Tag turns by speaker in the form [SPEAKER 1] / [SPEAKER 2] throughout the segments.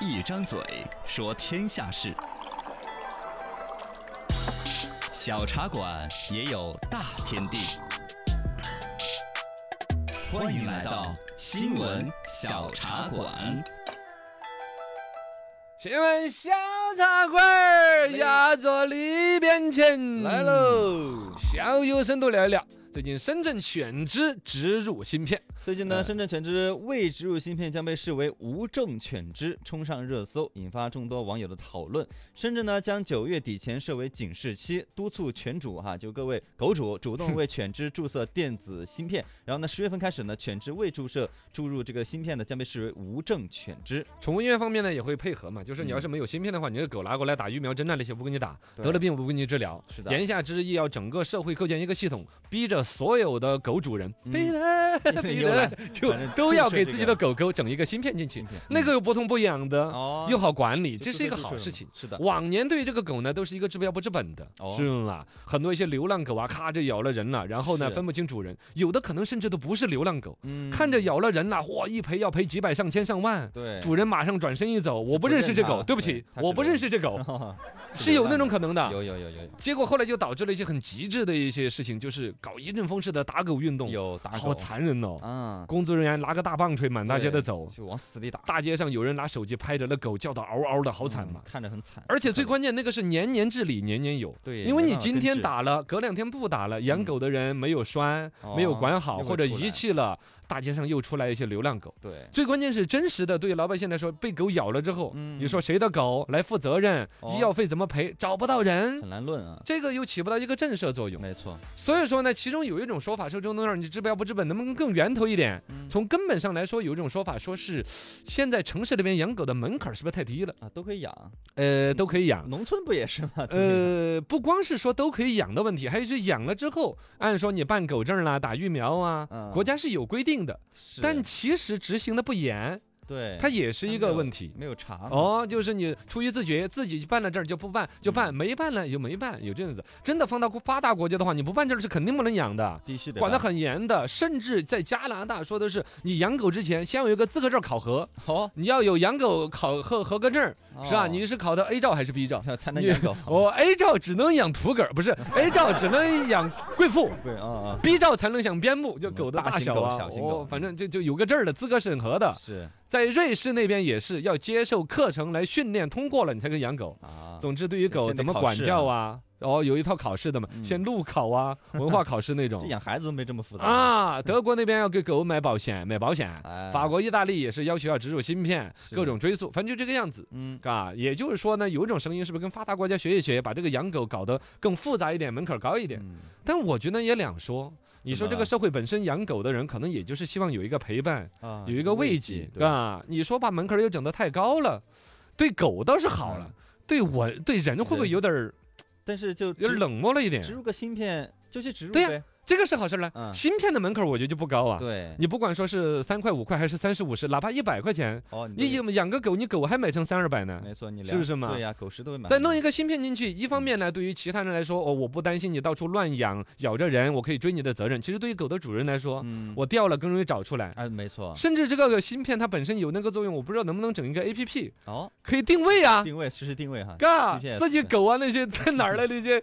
[SPEAKER 1] 一张嘴说天下事，小茶馆也有大天地。欢迎来到新闻小茶馆。
[SPEAKER 2] 新闻小茶馆儿，压着里边请
[SPEAKER 3] 来。喽！
[SPEAKER 2] 校友深度聊一聊，最近深圳选址植入芯片，
[SPEAKER 3] 最近呢，深圳犬只未植入芯片将被视为无证犬只，冲上热搜，引发众多网友的讨论。深圳呢，将九月底前设为警示期，督促犬主哈、就各位狗主主动为犬只注册电子芯片。然后呢，十月份开始呢，犬只未注射注入这个芯片呢，将被视为无证犬只。
[SPEAKER 2] 宠物医院方面呢也会配合嘛，就是你要是没有芯片的话，你这狗拿过来打疫苗、针啊那些不给你打，
[SPEAKER 3] 嗯对
[SPEAKER 2] 得了病我不给你治疗。
[SPEAKER 3] 是的
[SPEAKER 2] 言下之意，要整个社会构建一个系统，逼着所有的狗主人，逼 人逼
[SPEAKER 3] 嗯又来
[SPEAKER 2] 人，就
[SPEAKER 3] 反正
[SPEAKER 2] 都要
[SPEAKER 3] 注射
[SPEAKER 2] 给
[SPEAKER 3] 这
[SPEAKER 2] 自己
[SPEAKER 3] 个
[SPEAKER 2] 的狗狗整一个芯片进去，
[SPEAKER 3] 片
[SPEAKER 2] 那个又不痛不痒的，
[SPEAKER 3] 哦
[SPEAKER 2] 又好管理，这
[SPEAKER 3] 就是
[SPEAKER 2] 一个
[SPEAKER 3] 注射
[SPEAKER 2] 好
[SPEAKER 3] 了
[SPEAKER 2] 事
[SPEAKER 3] 嘛
[SPEAKER 2] 情。
[SPEAKER 3] 是的，
[SPEAKER 2] 往年对于这个狗呢，都是一个治标不治本的，
[SPEAKER 3] 哦
[SPEAKER 2] 是吧？很多一些流浪狗啊，咔就咬了人了，然后呢
[SPEAKER 3] 是
[SPEAKER 2] 分不清主人，有的可能甚至都不是流浪狗，
[SPEAKER 3] 嗯
[SPEAKER 2] 看着咬了人了，嚯，一赔要赔几百上千上万。
[SPEAKER 3] 对
[SPEAKER 2] 主人马上转身一走，我不认识这
[SPEAKER 3] 认
[SPEAKER 2] 狗，
[SPEAKER 3] 它
[SPEAKER 2] 对不
[SPEAKER 3] 对
[SPEAKER 2] 起，
[SPEAKER 3] 它
[SPEAKER 2] 我
[SPEAKER 3] 是
[SPEAKER 2] 不
[SPEAKER 3] 流
[SPEAKER 2] 认识这 狗，是
[SPEAKER 3] 流
[SPEAKER 2] 有
[SPEAKER 3] 浪
[SPEAKER 2] 那种
[SPEAKER 3] 的
[SPEAKER 2] 可能的。
[SPEAKER 3] 有有有有有
[SPEAKER 2] 结果后来就导致了一些很极致的一些事情，就是搞一阵风式的打狗运动，
[SPEAKER 3] 有打
[SPEAKER 2] 好
[SPEAKER 3] 狗
[SPEAKER 2] 残忍哦！
[SPEAKER 3] 啊，
[SPEAKER 2] 工作人员拿个大棒槌满大街的
[SPEAKER 3] 对
[SPEAKER 2] 走，
[SPEAKER 3] 就往死里打，
[SPEAKER 2] 大街上有人拿手机拍着那狗叫的嗷嗷的，好惨
[SPEAKER 3] 嗯
[SPEAKER 2] 嘛！
[SPEAKER 3] 看着很惨。
[SPEAKER 2] 而且最关键那个是年年治理，年年有。
[SPEAKER 3] 嗯对，
[SPEAKER 2] 因为
[SPEAKER 3] 没
[SPEAKER 2] 你
[SPEAKER 3] 办法
[SPEAKER 2] 今
[SPEAKER 3] 根
[SPEAKER 2] 天
[SPEAKER 3] 治
[SPEAKER 2] 打了，隔两天不打了，养
[SPEAKER 3] 嗯
[SPEAKER 2] 狗的人没有拴，没有
[SPEAKER 3] 哦
[SPEAKER 2] 管好，
[SPEAKER 3] 又会
[SPEAKER 2] 或者
[SPEAKER 3] 出
[SPEAKER 2] 遗
[SPEAKER 3] 来
[SPEAKER 2] 弃了，大街上又出来一些流浪狗。
[SPEAKER 3] 对，
[SPEAKER 2] 最关键是真实的，对于老百姓来说，被狗咬了之后，
[SPEAKER 3] 嗯
[SPEAKER 2] 你说谁的狗来负责任，
[SPEAKER 3] 哦
[SPEAKER 2] 医药费怎么赔，找不到人。
[SPEAKER 3] 很难论啊。
[SPEAKER 2] 这个又起不到一个震慑作用，
[SPEAKER 3] 没错，
[SPEAKER 2] 所以说呢，其中有一种说法说这种东西儿你治标不治本，能不能更源头一点？
[SPEAKER 3] 嗯
[SPEAKER 2] 从根本上来说，有一种说法说是，现在城市里边养狗的门槛儿是不是太低了？
[SPEAKER 3] 啊，都可以养，
[SPEAKER 2] 呃，都可以养，
[SPEAKER 3] 农村不也是吗？都可以养，
[SPEAKER 2] 呃，不光是说都可以养的问题，还有就是养了之后，按说你办狗证啦、打疫苗啊，
[SPEAKER 3] 哦嗯
[SPEAKER 2] 国家是有规定的，
[SPEAKER 3] 是
[SPEAKER 2] 但其实执行的不严，
[SPEAKER 3] 对
[SPEAKER 2] 它也是
[SPEAKER 3] 它
[SPEAKER 2] 一
[SPEAKER 3] 没
[SPEAKER 2] 个
[SPEAKER 3] 有
[SPEAKER 2] 问题。
[SPEAKER 3] 没有查嘛，
[SPEAKER 2] 哦，就是你出于自觉，自己办了证儿就不办，就办；
[SPEAKER 3] 嗯
[SPEAKER 2] 没办了也就没办。有这样子，真的放到发达国家的话，你不办证儿是肯定不能养的，
[SPEAKER 3] 必须得
[SPEAKER 2] 管得
[SPEAKER 3] 办
[SPEAKER 2] 很严的。甚至在加拿大说的是，你养狗之前先有一个资格证儿考核，
[SPEAKER 3] 哦，
[SPEAKER 2] 你要有养狗考核合格证儿， 是吧？
[SPEAKER 3] 哦
[SPEAKER 2] 你是考的 A 照还是 B 照？
[SPEAKER 3] 要才能
[SPEAKER 2] 你
[SPEAKER 3] 养狗，
[SPEAKER 2] 我哦 A 照只能养土狗，不是 A 照只能养贵妇
[SPEAKER 3] 对啊
[SPEAKER 2] ，B 照才能养边牧，就
[SPEAKER 3] 嗯
[SPEAKER 2] 狗的
[SPEAKER 3] 大
[SPEAKER 2] 大
[SPEAKER 3] 型
[SPEAKER 2] 小
[SPEAKER 3] 狗
[SPEAKER 2] 啊，
[SPEAKER 3] 小型狗嗯
[SPEAKER 2] 哦反正就就有个证儿的资格审核
[SPEAKER 3] 啊，
[SPEAKER 2] 的。
[SPEAKER 3] 是
[SPEAKER 2] 在瑞士那边也是要接受课程来训练，通过了你才可以养狗。
[SPEAKER 3] 啊，
[SPEAKER 2] 总之，对于狗
[SPEAKER 3] 先得
[SPEAKER 2] 怎么
[SPEAKER 3] 考
[SPEAKER 2] 管
[SPEAKER 3] 试
[SPEAKER 2] 教啊，哦，有一套考试的嘛，
[SPEAKER 3] 嗯
[SPEAKER 2] 先路 考啊，文化考试那
[SPEAKER 3] 这
[SPEAKER 2] 种。
[SPEAKER 3] 养孩子都没这么复杂，
[SPEAKER 2] 啊，德国那边要给狗买保险，买保险。
[SPEAKER 3] 哎
[SPEAKER 2] 法国、意大利也是要求要植入芯片，
[SPEAKER 3] 是
[SPEAKER 2] 各种追溯，反正就这个样子。
[SPEAKER 3] 嗯，
[SPEAKER 2] 啊，也就是说呢，有一种声音是不是跟发达国家学一学，把这个养狗搞得更复杂一点，门槛高一点？
[SPEAKER 3] 嗯
[SPEAKER 2] 但我觉得也两说。你
[SPEAKER 3] 怎
[SPEAKER 2] 说
[SPEAKER 3] 么
[SPEAKER 2] 这个
[SPEAKER 3] 了
[SPEAKER 2] 社会本身养狗的人，可能也就是希望有一个陪伴，
[SPEAKER 3] 啊
[SPEAKER 2] 有一个慰藉，
[SPEAKER 3] 对，
[SPEAKER 2] 啊。你说把门槛又整得太高了，对狗倒是好
[SPEAKER 3] 嗯
[SPEAKER 2] 了，对我对人会不会
[SPEAKER 3] 人
[SPEAKER 2] 有点儿
[SPEAKER 3] 但是就
[SPEAKER 2] 有点儿
[SPEAKER 3] 植
[SPEAKER 2] 冷漠了一点
[SPEAKER 3] 植？入个芯片就去植入
[SPEAKER 2] 对呀
[SPEAKER 3] 呗，
[SPEAKER 2] 这个是好事儿了，
[SPEAKER 3] 嗯
[SPEAKER 2] 芯片的门槛我觉得就不高啊。
[SPEAKER 3] 对，
[SPEAKER 2] 你不管说是三块五块还是三十五十，哪怕一百块钱，
[SPEAKER 3] 哦，
[SPEAKER 2] 你
[SPEAKER 3] 这
[SPEAKER 2] 养养个狗，你狗还买成三二百呢
[SPEAKER 3] 个。没错，你
[SPEAKER 2] 是
[SPEAKER 3] 聊
[SPEAKER 2] 不是嘛
[SPEAKER 3] 对呀，狗食都会买，
[SPEAKER 2] 再弄一个芯片进去，一方面呢，对于其他人来说，哦，我不担心你到处乱养，咬着人，我可以追你的责任。其实对于狗的主人来说，
[SPEAKER 3] 嗯，
[SPEAKER 2] 我掉了更容易找出来。
[SPEAKER 3] 哎，没错，
[SPEAKER 2] 甚至这个芯片它本身有那个作用，我不知道能不能整一个 A P P
[SPEAKER 3] 哦，
[SPEAKER 2] 可以定位啊，
[SPEAKER 3] 定位实时定位哈，
[SPEAKER 2] 嘎
[SPEAKER 3] GPS，
[SPEAKER 2] 自己狗啊 那些在哪儿来的那些，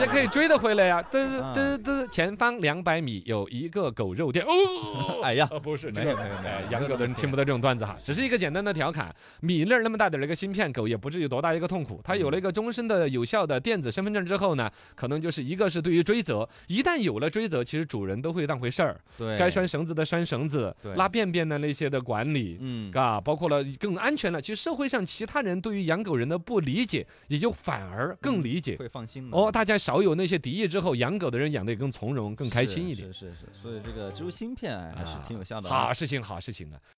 [SPEAKER 2] 也可以追得回来呀。但是
[SPEAKER 3] 啊。
[SPEAKER 2] 但是但是前方两百米有一个狗肉店哦
[SPEAKER 3] 哎呀，
[SPEAKER 2] 哦，不是这
[SPEAKER 3] 没有
[SPEAKER 2] 个，
[SPEAKER 3] 没有没
[SPEAKER 2] 哎，
[SPEAKER 3] 有，
[SPEAKER 2] 养狗的人听不
[SPEAKER 3] 不
[SPEAKER 2] 到这种段子哈，只是一个简单的调侃。米粒儿那么大点儿一个芯片，狗也不至于多大一个痛苦。它有了一个终身的有效的电子身份证之后呢，可能就是一个是对于追责，一旦有了追责，其实主人都会当回事儿，
[SPEAKER 3] 对，
[SPEAKER 2] 该拴绳子的拴绳子
[SPEAKER 3] 对，
[SPEAKER 2] 拉便便的那些的管理。
[SPEAKER 3] 嗯，
[SPEAKER 2] 啊，包括了更安全了。其实社会上其他人对于养狗人的不理解，也就反而更理
[SPEAKER 3] 嗯
[SPEAKER 2] 解。
[SPEAKER 3] 会放心的
[SPEAKER 2] 哦，，大家少有那些敌意之后，养狗的人养得也更从容、更开心一点。
[SPEAKER 3] 是是是，所以这个植入芯片哎还是挺有效的啊。
[SPEAKER 2] 好事情，好事情啊！